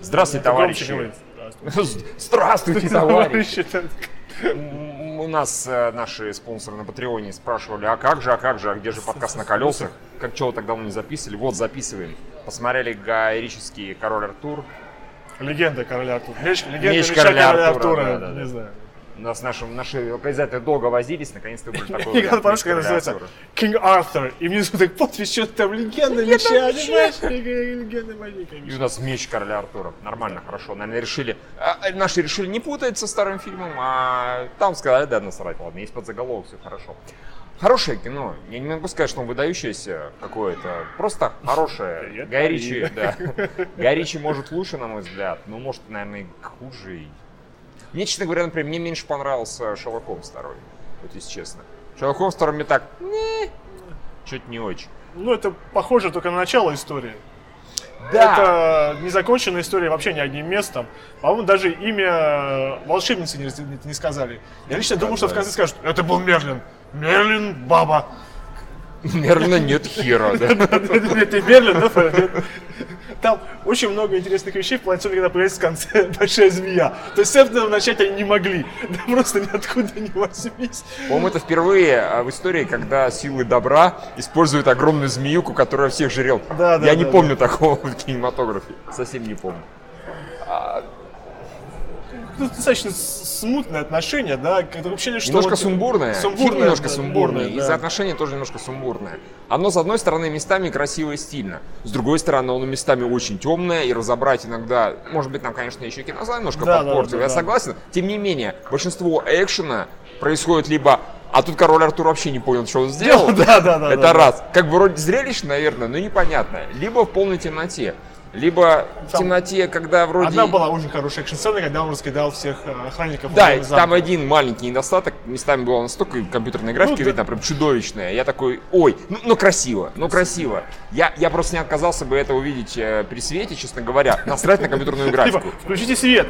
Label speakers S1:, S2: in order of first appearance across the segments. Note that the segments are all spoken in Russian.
S1: Здравствуйте, товарищи.
S2: Громче
S1: Здравствуйте, товарищи.
S2: говорить.
S1: М, У нас э, наши спонсоры на Патреоне спрашивали, а как же, а как же, а где же подкаст на колесах? Как чего так давно не записывали? Вот, записываем. Посмотрели гаерический «Король Артур».
S2: Легенда короля Артура. Меч, легенда
S1: Меч
S2: меча
S1: короля
S2: короля,
S1: Артура,
S2: Артура.
S1: да, да, да.
S2: Не знаю.
S1: У нас наши, наши локализаторы долго возились, наконец-то выбрали такой
S2: Игра,
S1: вариант,
S2: помнишь,
S1: «Меч
S2: как
S1: короля
S2: называется?
S1: Артура».
S2: King Arthur. И внизу так подпись, что там легенда меча, понимаешь? Я говорю, Легенда магии,
S1: И
S2: конечно.
S1: у нас меч короля Артура. Нормально, хорошо. Наверное, решили. а, а, наши решили не путать со старым фильмом, а там сказали, да, насрать, ладно, есть подзаголовок, все хорошо. Хорошее кино. Я не могу сказать, что он выдающееся какое-то. Просто хорошее.
S2: Привет,
S1: Горичи, да. Горичи может лучше, на мой взгляд, но может, наверное, и хуже. и- Мне, честно говоря, например, мне меньше понравился Шерлок Холмс второй. Вот если честно. Шерлок Холмс второй мне так, чуть не очень.
S2: Ну, это похоже только на начало истории.
S1: Да.
S2: Это незаконченная история вообще ни одним местом. По-моему, даже имя э, волшебницы не, раз- не- не сказали. Я лично думал, что в конце скажут, это был Мерлин. Мерлин баба.
S1: Наверное, нет хера, да.
S2: Это Мерлин, да? Фред? Там очень много интересных вещей в плане, особенно когда появляется в конце большая змея. То есть с этого начать они не могли. Да просто ниоткуда не возьмись.
S1: По-моему, это впервые а, в истории, когда силы добра используют огромную змеюку, которая всех жрет.
S2: Да, да,
S1: Я не
S2: да,
S1: помню такого в кинематографе. Совсем не помню.
S2: Ну, достаточно с- смутное отношение, да? Как-то вообще, что
S1: немножко
S2: вот-
S1: сумбурное.
S2: Сумбурное,
S1: Фильм немножко
S2: да,
S1: сумбурный. И
S2: да.
S1: соотношение тоже немножко сумбурное. Оно, с одной стороны, местами красиво и стильно. С другой стороны, оно местами очень темное. И разобрать иногда... Может быть, нам, конечно, еще кинозал немножко
S2: Да, да,
S1: подпортил.
S2: да,
S1: Я
S2: да.
S1: согласен. Тем не менее, большинство экшена происходит либо... А тут король Артур вообще не понял, что он сделал.
S2: Да, да, да.
S1: Это
S2: да, да.
S1: раз. Как бы вроде зрелищно, наверное, но непонятно. Либо в полной темноте, либо в
S2: Там
S1: темноте, когда вроде...
S2: Одна была очень хорошая экшн-сцена, когда он раскидал всех э, охранников.
S1: Да, и
S2: возле
S1: там
S2: замка.
S1: один маленький недостаток, местами была настолько компьютерная графика,
S2: Ну, да.
S1: видно, прям чудовищная. Я такой, ой, ну, ну красиво, ну красиво. Я, я просто не отказался бы это увидеть э, при свете, честно говоря, насрать на компьютерную
S2: Типа,
S1: графику.
S2: включите свет.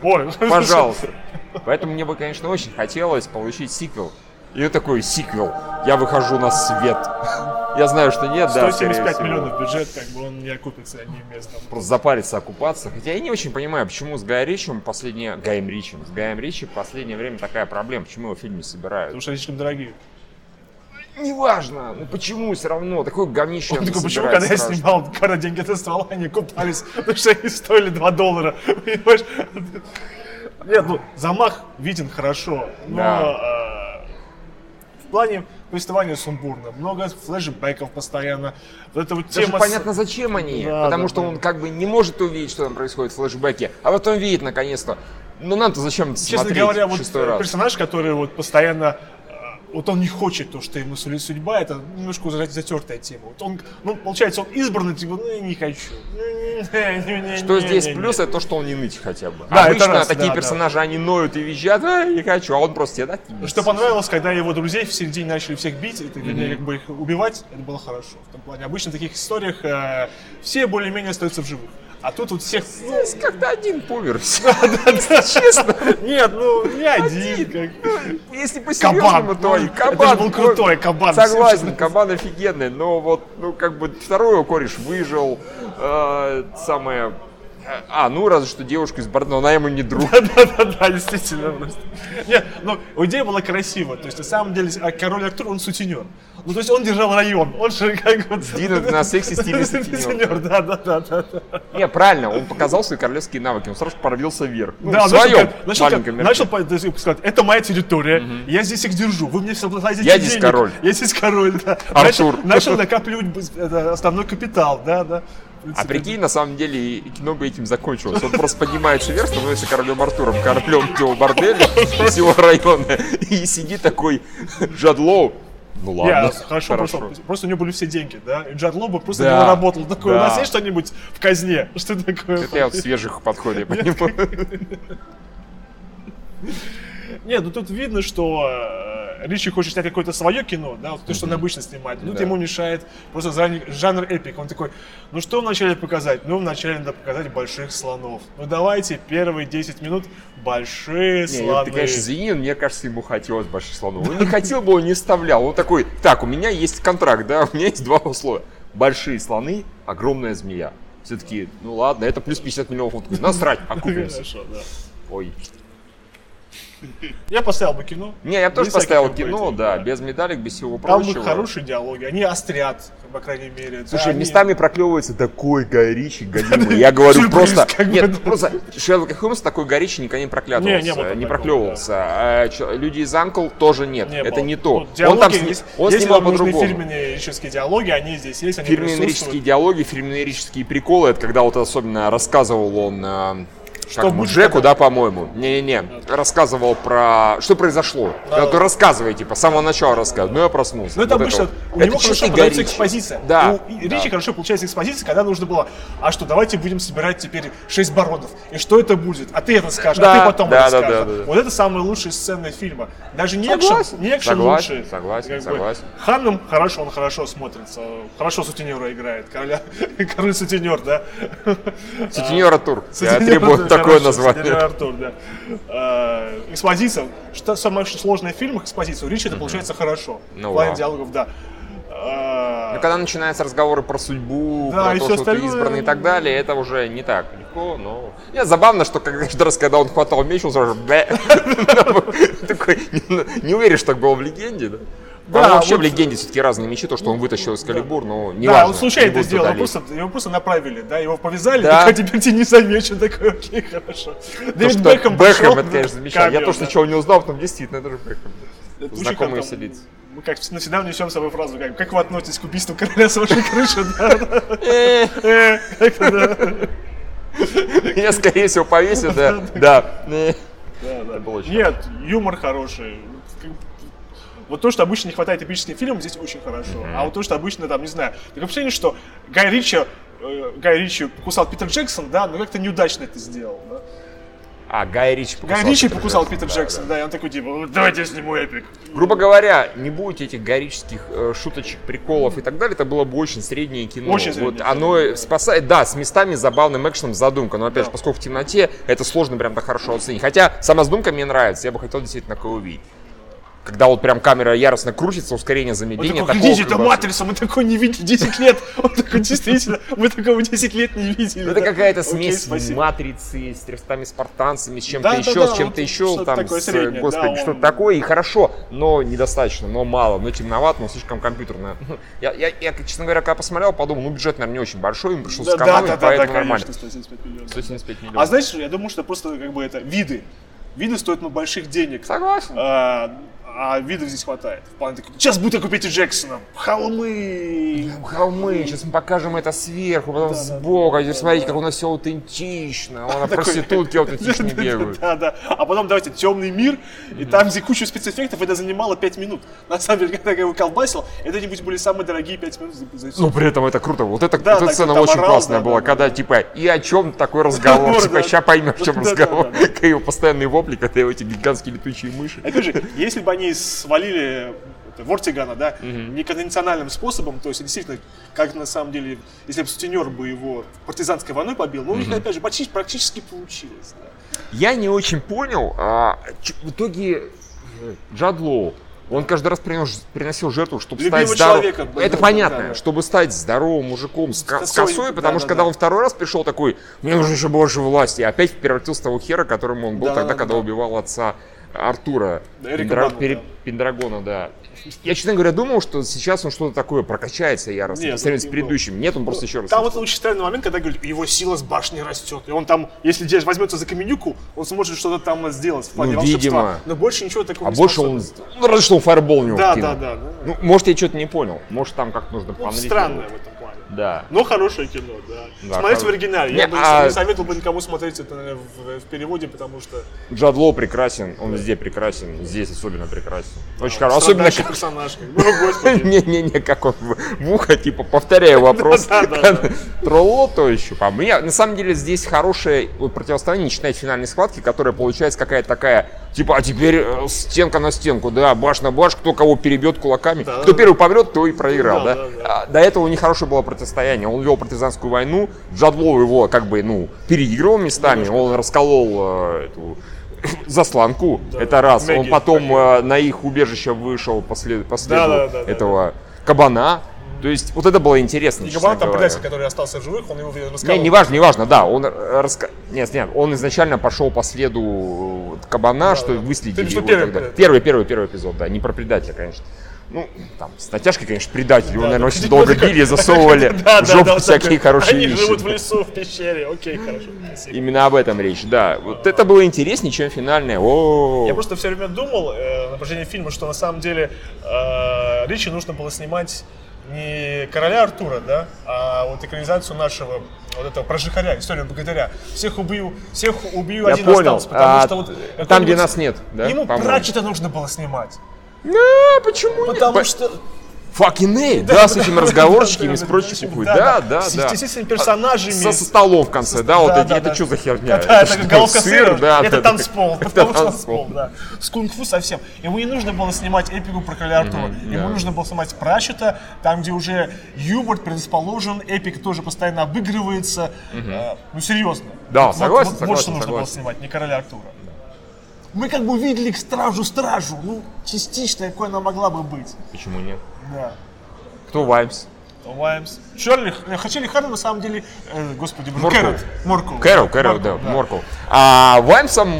S2: Ой,
S1: Пожалуйста. Поэтому мне бы, конечно, очень хотелось получить сиквел. И вот такой сиквел. Я выхожу на свет. Я знаю, что нет, да. скорее
S2: 175
S1: всего.
S2: миллионов бюджет, как бы он не окупится одним местом.
S1: просто запариться, окупаться. Хотя я не очень понимаю, почему с Гай Ричем последнее... Гаем Ричем. С Гаем Ричи в последнее время такая проблема. Почему его фильм не
S2: Потому
S1: собирают?
S2: что они слишком дорогие.
S1: Неважно. Ну почему все равно? Такое говнище
S2: Он
S1: не
S2: такой, почему,
S1: собирает,
S2: когда я
S1: страшно.
S2: снимал, когда деньги от ствола, они купались, потому что они стоили 2 доллара, понимаешь? Нет, ну, замах виден хорошо, но э, в плане повествования сумбурно. Много флешбеков постоянно. Вот эта вот
S1: Даже
S2: тема... с-
S1: понятно, зачем они.
S2: Да,
S1: потому
S2: да,
S1: что
S2: да.
S1: он как бы не может увидеть, что там происходит в флешбеке, а потом видит наконец-то. Ну нам-то зачем это
S2: Честно
S1: смотреть
S2: говоря, вот
S1: шестой
S2: э,
S1: раз?
S2: персонаж, который вот постоянно э, вот он не хочет то, что ему сулит судьба, это немножко уже затертая тема. Вот он, ну, получается, он избранный, типа, ну, я не хочу.
S1: Что
S2: Что
S1: здесь плюс, это то, что он не ныть хотя бы.
S2: Да, это
S1: Обычно
S2: раз,
S1: такие
S2: да, да.
S1: персонажи, они ноют и визжат, а, не хочу, а он просто тебе да, тебе
S2: Что понравилось, когда его друзей в середине начали всех бить, это, вернее, как бы их убивать, это было хорошо. В том плане, обычно в таких историях э, все более-менее остаются в живых. А тут вот всех...
S1: Здесь как-то один повер.
S2: Честно? Нет, ну, не один. как-
S1: Если
S2: Кабан.
S1: по-серьезному, то и
S2: Ну,
S1: кабан.
S2: это же был крутой
S1: ну,
S2: кабан.
S1: Согласен, кабан офигенный, но вот, ну, как бы второй его кореш выжил, э, самое... А, ну, разве что девушка из Барна, но она ему не друг.
S2: Да-да-да, действительно просто. Нет, ну, идея была красива. То есть, на самом деле, а король Артур, он сутенер. Ну, то есть, он держал район. Он же как вот...
S1: Сдвинут на сексе стиле сутенер.
S2: да-да-да.
S1: Не, правильно, он показал свои королевские навыки, он сразу порвился вверх. Ну,
S2: Да,
S1: в своем
S2: начал, как-
S1: маленьком мирке.
S2: начал по- то есть, сказать, это моя территория, я здесь их держу, вы мне соблазните
S1: Я здесь король.
S2: Я здесь король, да.
S1: Артур.
S2: Начал, начал накапливать быс- это, основной капитал, да, да. В
S1: А
S2: принципе,
S1: прикинь, на самом деле, и кино бы этим закончилось. Он просто поднимается вверх, становится королем Артуром, королем его борделя из его района. И сидит такой Жадлоу. Ну ладно,
S2: Я хорошо, пошел. Просто у него были все деньги, да? И Джад Лоба просто
S1: Да.
S2: не работал. Такой, у нас
S1: Да.
S2: есть что-нибудь в казне? Что такое?
S1: Это я вот свежих подходов, я понимаю.
S2: Нет, ну тут видно, что э, Ричи хочет снять какое-то свое кино, да, вот то, что он обычно снимает. Ну,
S1: Да.
S2: ему мешает просто жанр, жанр эпик. Он такой, ну что вначале показать? Ну, вначале надо показать больших слонов. Ну, давайте первые 10 минут большие
S1: Не,
S2: слоны.
S1: ты, конечно, извини, но мне кажется, ему хотелось больших слонов. Он не хотел бы, он не вставлял. Он такой, так, у меня есть контракт, да, у меня есть два условия. Большие слоны, огромная змея. Все таки ну ладно, это плюс 50 миллионов. Он такой, насрать, окупимся.
S2: Хорошо, да.
S1: Ой.
S2: Я поставил бы кино.
S1: Не, я бы тоже
S2: Без
S1: поставил
S2: всяких
S1: кино,
S2: событий,
S1: да,
S2: да.
S1: без медалек, без всего
S2: Там у
S1: прочего.
S2: них хорошие диалоги, они острят, по крайней мере. Да,
S1: Слушай,
S2: они-
S1: местами проклевывается такой горичи годимый. Я говорю
S2: Сюрприз,
S1: просто...
S2: как бы,
S1: Нет,
S2: да.
S1: просто Шерлок Холмс такой горичи никогда не
S2: Не, не было
S1: проклятывался.
S2: такого,
S1: Не проклевывался. А чё- Люди из Анкл тоже нет.
S2: Не
S1: Это
S2: было.
S1: не
S2: Ну,
S1: то. Он
S2: диалоги
S1: там сни-
S2: есть.
S1: он
S2: Если
S1: снимал
S2: вам нужны
S1: по-другому.
S2: фирменные лирические диалоги, они здесь есть, они
S1: Фирменные лирические
S2: присутствуют.
S1: диалоги, фирменные лирические приколы. Это когда вот особенно рассказывал он... э,
S2: Что
S1: как ему,
S2: будет,
S1: Джеку,
S2: когда-
S1: да, по-моему? Не-не-не. Рассказывал про... Что произошло? Когда ты рассказывай, типа, с самого начала рассказывай. Ну, я проснулся.
S2: Ну, это
S1: Вот
S2: обычно,
S1: вот.
S2: у него
S1: Это
S2: хорошо
S1: чистый
S2: получается
S1: горичи.
S2: экспозиция.
S1: Да.
S2: У
S1: да.
S2: Ричи хорошо получается экспозиция, когда нужно было, а что, давайте будем собирать теперь шесть баронов, и что это будет? А ты это скажешь, а
S1: Да,
S2: ты потом
S1: да,
S2: это
S1: да,
S2: скажешь.
S1: да, да, да.
S2: Вот это самые лучшие сцены фильма. Даже не
S1: Согласен.
S2: экшен, не экшен
S1: Согласен,
S2: лучше.
S1: согласен,
S2: Как бы
S1: согласен.
S2: Ханном хорошо, он хорошо смотрится, хорошо сутенера играет, короля, король сутенер, да.
S1: Сутенер Артур. Я
S2: Сутенер,
S1: требую
S2: да,
S1: такое
S2: хорошо,
S1: название.
S2: сутенер Артур, да. Э, Экспозиция. Что самое сложное в фильмах экспозиция. У Ричи это получается хорошо.
S1: Ну
S2: В плане
S1: да.
S2: диалогов, да. Э,
S1: Ну, когда начинаются разговоры про судьбу,
S2: Да,
S1: про
S2: и
S1: то,
S2: всё
S1: что ты
S2: остальное,
S1: избранный и
S2: ну,
S1: так далее, это уже не так легко, но... Я забавно, что как- каждый раз, когда он хватал меч, он сразу же «Бэ». Такой, не- не уверен, что так было в легенде, да?
S2: Да,
S1: По-моему, вообще в
S2: вот- Ну,
S1: легенде все-таки разные мечи, то, что он вытащил из калибур, но не
S2: Да, он случайно это сделал, он просто,
S1: просто...
S2: его просто направили, да, его повязали,
S1: Да.
S2: такой, теперь ты не замечен, такой, окей, хорошо.
S1: То,
S2: Дэвид
S1: что
S2: Бэкхэм пришел,
S1: Бэкхэм, это,
S2: да,
S1: конечно, замечательно. Я
S2: камео,
S1: тоже
S2: да.
S1: ничего не узнал, потом действительно, это же Бэкхэм.
S2: Это очень
S1: Знакомые
S2: как
S1: все
S2: там,
S1: лица.
S2: Мы как навсегда внесем с собой фразу, как, как вы относитесь к убийству короля с вашей крыши, да? Э, как-то, да.
S1: Меня, скорее всего, повесят, да. Да.
S2: Да, да.
S1: было очень
S2: Нет, юмор хороший. Как- Вот то, что обычно не хватает эпическим фильмам, здесь очень хорошо. А вот то, что обычно там, не знаю, такое ощущение, что Гай Ричи, э, Гай Ричи покусал Питер Джексон, да, но как-то неудачно это сделал. Да?
S1: А, Гай Ричи покусал
S2: Гай Ричи
S1: Питера
S2: покусал
S1: Джексона,
S2: Питер
S1: да,
S2: Джексон, да, и он такой типа, «Вот давайте я сниму эпик.
S1: Грубо говоря, не будет этих горических э, шуточек, приколов и так далее, это было бы очень среднее кино.
S2: Очень среднее
S1: вот
S2: кино,
S1: оно
S2: да.
S1: спасает, да, с местами забавным экшеном задумка, но опять же, поскольку в темноте, это сложно прям так хорошо оценить. Хотя сама задумка мне нравится, я бы хотел действительно такое увидеть. Когда вот прям камера яростно крутится, ускорение
S2: Он
S1: замедления.
S2: такой,
S1: такого
S2: глядите, это
S1: как бы-
S2: Матрица, мы такой не видели 10 лет. Он такой, действительно, мы такого 10 лет не видели.
S1: Ну, Это
S2: да.
S1: какая-то
S2: Окей,
S1: смесь
S2: спасибо.
S1: матрицы с трестами спартанцами, с чем-то
S2: Да, да,
S1: еще,
S2: да,
S1: с чем-то
S2: вот
S1: еще,
S2: что-то
S1: там,
S2: такое
S1: с,
S2: среднее,
S1: господи,
S2: да,
S1: что-то
S2: он-
S1: такое, и хорошо, но недостаточно, но мало, но темновато, но слишком компьютерно. Я, я, я, честно говоря, когда посмотрел, подумал, ну, бюджет, наверное, не очень большой, им пришлось
S2: Да, да,
S1: сэкономить,
S2: да, да, да,
S1: поэтому нормально.
S2: конечно, 175 миллионов.
S1: 175 миллионов.
S2: А знаешь, что, я думаю, что просто как бы это виды. Виды стоят ну, больших денег.
S1: Согласен.
S2: А, а видов здесь хватает. В плане такой, сейчас будет купить и Джексона. Холмы.
S1: Там холмы, сейчас мы покажем это сверху, потом
S2: Да, да,
S1: сбоку, а теперь смотрите, как у нас все аутентично, вон, а проститутки аутентично бегают.
S2: Да, да. А потом давайте темный мир, и там, где куча спецэффектов, это занимало 5 минут. На самом деле, когда я его колбасил, это нибудь были самые дорогие 5 минут за, за всю
S1: Но Ну, при этом это круто. Вот эта,
S2: Да,
S1: вот эта
S2: так
S1: сцена
S2: там
S1: очень
S2: орал,
S1: классная
S2: да,
S1: была,
S2: да,
S1: когда типа и о чем такой разговор,
S2: Разговор,
S1: типа
S2: да.
S1: сейчас поймем, в чем
S2: Да, да,
S1: разговор.
S2: да, да.
S1: Когда Его постоянный вопли, когда его эти гигантские летучие мыши.
S2: Опять А же, если бы они свалили это, Вортигана, да, неконвенциональным способом, то есть действительно, как на самом деле, если бы сутенер бы его партизанской войной побил, ну у них, опять же, почти, практически получилось. да.
S1: Я не очень понял, а, ч- в итоге э, Джад Лоу, он каждый раз принес- приносил жертву, чтобы
S2: Любимого
S1: стать здоровым.
S2: человека, да,
S1: Это
S2: да,
S1: понятно,
S2: да, да.
S1: чтобы стать здоровым мужиком с, ко- с
S2: Косой,
S1: косой,
S2: да,
S1: потому
S2: да,
S1: что
S2: да.
S1: когда он второй раз пришел такой, мне нужно еще больше власти, и опять превратился в того хера, которым он был
S2: Да,
S1: тогда,
S2: да,
S1: когда
S2: да.
S1: убивал отца Артура
S2: Да, Эрика
S1: Пендра-
S2: Бану,
S1: Пере-
S2: да.
S1: Пендрагона, да. Я, честно говоря, думал, что сейчас он что-то такое прокачается яростно,
S2: Нет,
S1: по сравнению с
S2: не
S1: предыдущим. Нет, он просто еще раз.
S2: Там вот очень странный момент, когда говорят, его сила с башни растет. И он там, если дед возьмется за каменюку, он сможет что-то там сделать в плане
S1: Ну,
S2: волшебства.
S1: видимо.
S2: Но больше ничего такого
S1: а
S2: не
S1: больше
S2: способен.
S1: он... Ну, разве что он фаербол не
S2: Да, да, да. да.
S1: Ну, может, я что-то не понял. Может, там как нужно
S2: Ну,
S1: поанализировать.
S2: странное в этом плане.
S1: Да.
S2: Но хорошее кино, да.
S1: Да,
S2: Смотрите
S1: хоро-
S2: в оригинале.
S1: Не,
S2: Я бы не
S1: а-
S2: не советовал бы никому смотреть это наверное, в, в переводе, потому что
S1: Джадло прекрасен, он везде прекрасен, здесь особенно прекрасен. Очень
S2: там
S1: хорошо. Особенно
S2: страдающий
S1: как...
S2: персонаж. как бы. Ну, господи.
S1: Не-не-не, как он в- в ухо, типа, повторяю вопрос.
S2: Да-да-да.
S1: Тролло то еще, по мне. На самом деле, здесь хорошее вот противостояние, начинает финальной схватки, которая получается какая-то такая, типа, а теперь э, стенка на стенку, да, баш на баш, кто кого перебьет кулаками.
S2: Да-да-да.
S1: Кто первый помрет, то и проиграл, да?
S2: Да-да-да.
S1: А, До этого у них хорошее было противостояние. Он вел партизанскую войну, Джадлоу его, как бы, ну, переигрывал местами, он расколол э, эту засланку, это раз.
S2: Мэгги,
S1: а, он потом э, на их убежище вышел, послед, послед-
S2: Да, да,
S1: этого
S2: да, да,
S1: этого кабана. То есть вот это было интересно,
S2: Не
S1: честно
S2: говоря там
S1: говоря.
S2: предатель, который остался в живых, он его рассказал.
S1: Не, не важно, не важно, да, он э, раска... нет, нет, он изначально пошел по следу э, кабана,
S2: Да,
S1: что
S2: да.
S1: выследили
S2: Ты имеешь в
S1: его и так
S2: виду первый
S1: далее.
S2: предатель?
S1: Первый, первый, первый эпизод, да, не про предателя, конечно. Ну, там, с натяжкой, конечно, предатель, его,
S2: Да,
S1: наверное,
S2: да.
S1: очень долго били, засовывали
S2: Да, да,
S1: в жопу
S2: да, да,
S1: всякие
S2: да.
S1: хорошие
S2: Они
S1: вещи.
S2: живут в лесу, в пещере. Окей, хорошо. спасибо.
S1: Именно об этом речь, да. Вот это было интереснее, чем финальное. О,
S2: Я просто все время думал э, на протяжении фильма, что на самом деле э, Ричи нужно было снимать не короля Артура, да, а вот экранизацию нашего вот этого прожихаря, историю богатыря. Всех убью, всех убью,
S1: я
S2: один
S1: понял.
S2: остался, потому
S1: А,
S2: что вот
S1: там,
S2: какой-нибудь- ну,
S1: где нас нет, да?
S2: Ему
S1: по-моему?
S2: Пратчета нужно было снимать,
S1: Да, почему нет?
S2: потому
S1: По-
S2: что
S1: Fucking A, да, с этими разговорчиками,
S2: да,
S1: с
S2: да,
S1: прочей
S2: да,
S1: кухой.
S2: да,
S1: Да,
S2: да.
S1: да,
S2: С
S1: да. А,
S2: естественными персонажами.
S1: Со, со столов в конце, да, вот
S2: да,
S1: эти,
S2: да,
S1: это
S2: да.
S1: что за херня?
S2: Да,
S1: что,
S2: это головка сыра,
S1: да,
S2: это
S1: да,
S2: танцпол,
S1: да.
S2: потому что
S1: танцпол.
S2: танцпол, да. С кунг-фу совсем. Ему не нужно было снимать эпику про короля Артура. Ему
S1: да.
S2: нужно было снимать пращита, там, где уже юмор предрасположен, эпик тоже постоянно обыгрывается. Э, Ну, серьезно.
S1: Да,
S2: Вот-
S1: согласен,
S2: вот- Вот
S1: согласен,
S2: что нужно было
S1: согласен.
S2: снимать, не короля Артура. Мы как бы увидели стражу-стражу, ну, частично, какой она могла бы быть.
S1: Почему нет?
S2: Да.
S1: Кто Ваймс?
S2: Ваймс. Чарли,
S1: э,
S2: Хачели Харли, на самом деле, э, господи, боже,
S1: Моркл.
S2: Кэррот. Моркл.
S1: Кэрол, Кэрол, да, Моркл. А Ваймсом,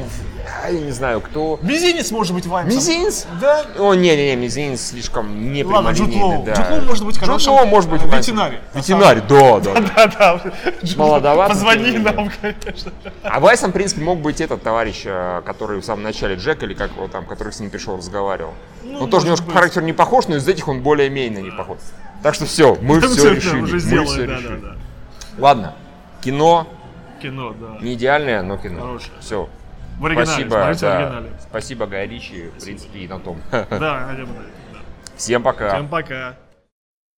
S1: а, я не знаю, кто...
S2: Мизинец может быть Ваймсом.
S1: Мизинец?
S2: Да.
S1: О, не-не-не, мизинец слишком не
S2: Ладно, Джуд Лоу.
S1: да.
S2: Джуд Лоу может быть хорошим,
S1: Джуд Лоу может быть
S2: э,
S1: Ваймсом.
S2: ветеринарий, на
S1: Ветеринарий, да, да. да.
S2: Да-да.
S1: Молодовато.
S2: Позвони нам, конечно.
S1: А Вайсом, в принципе, мог быть этот товарищ, э, который в самом начале Джек, или как его там, который с ним пришел, разговаривал. Ну, тоже
S2: может
S1: немножко по
S2: быть.
S1: характеру не похож, но из этих он более-менее не похож. Так что все, мы
S2: Там
S1: все
S2: всё,
S1: решили.
S2: да,
S1: мы
S2: Уже
S1: всё
S2: сделали,
S1: решили.
S2: да-да-да.
S1: Ладно, кино
S2: Кино, да.
S1: не идеальное, но кино.
S2: Хорошее.
S1: Все.
S2: В оригинале,
S1: Спасибо,
S2: смотрите в
S1: да.
S2: оригинале.
S1: Спасибо, Гай Ричи, в принципе, и на том.
S2: Да, хотя бы. да.
S1: Всем пока.
S2: Всем пока.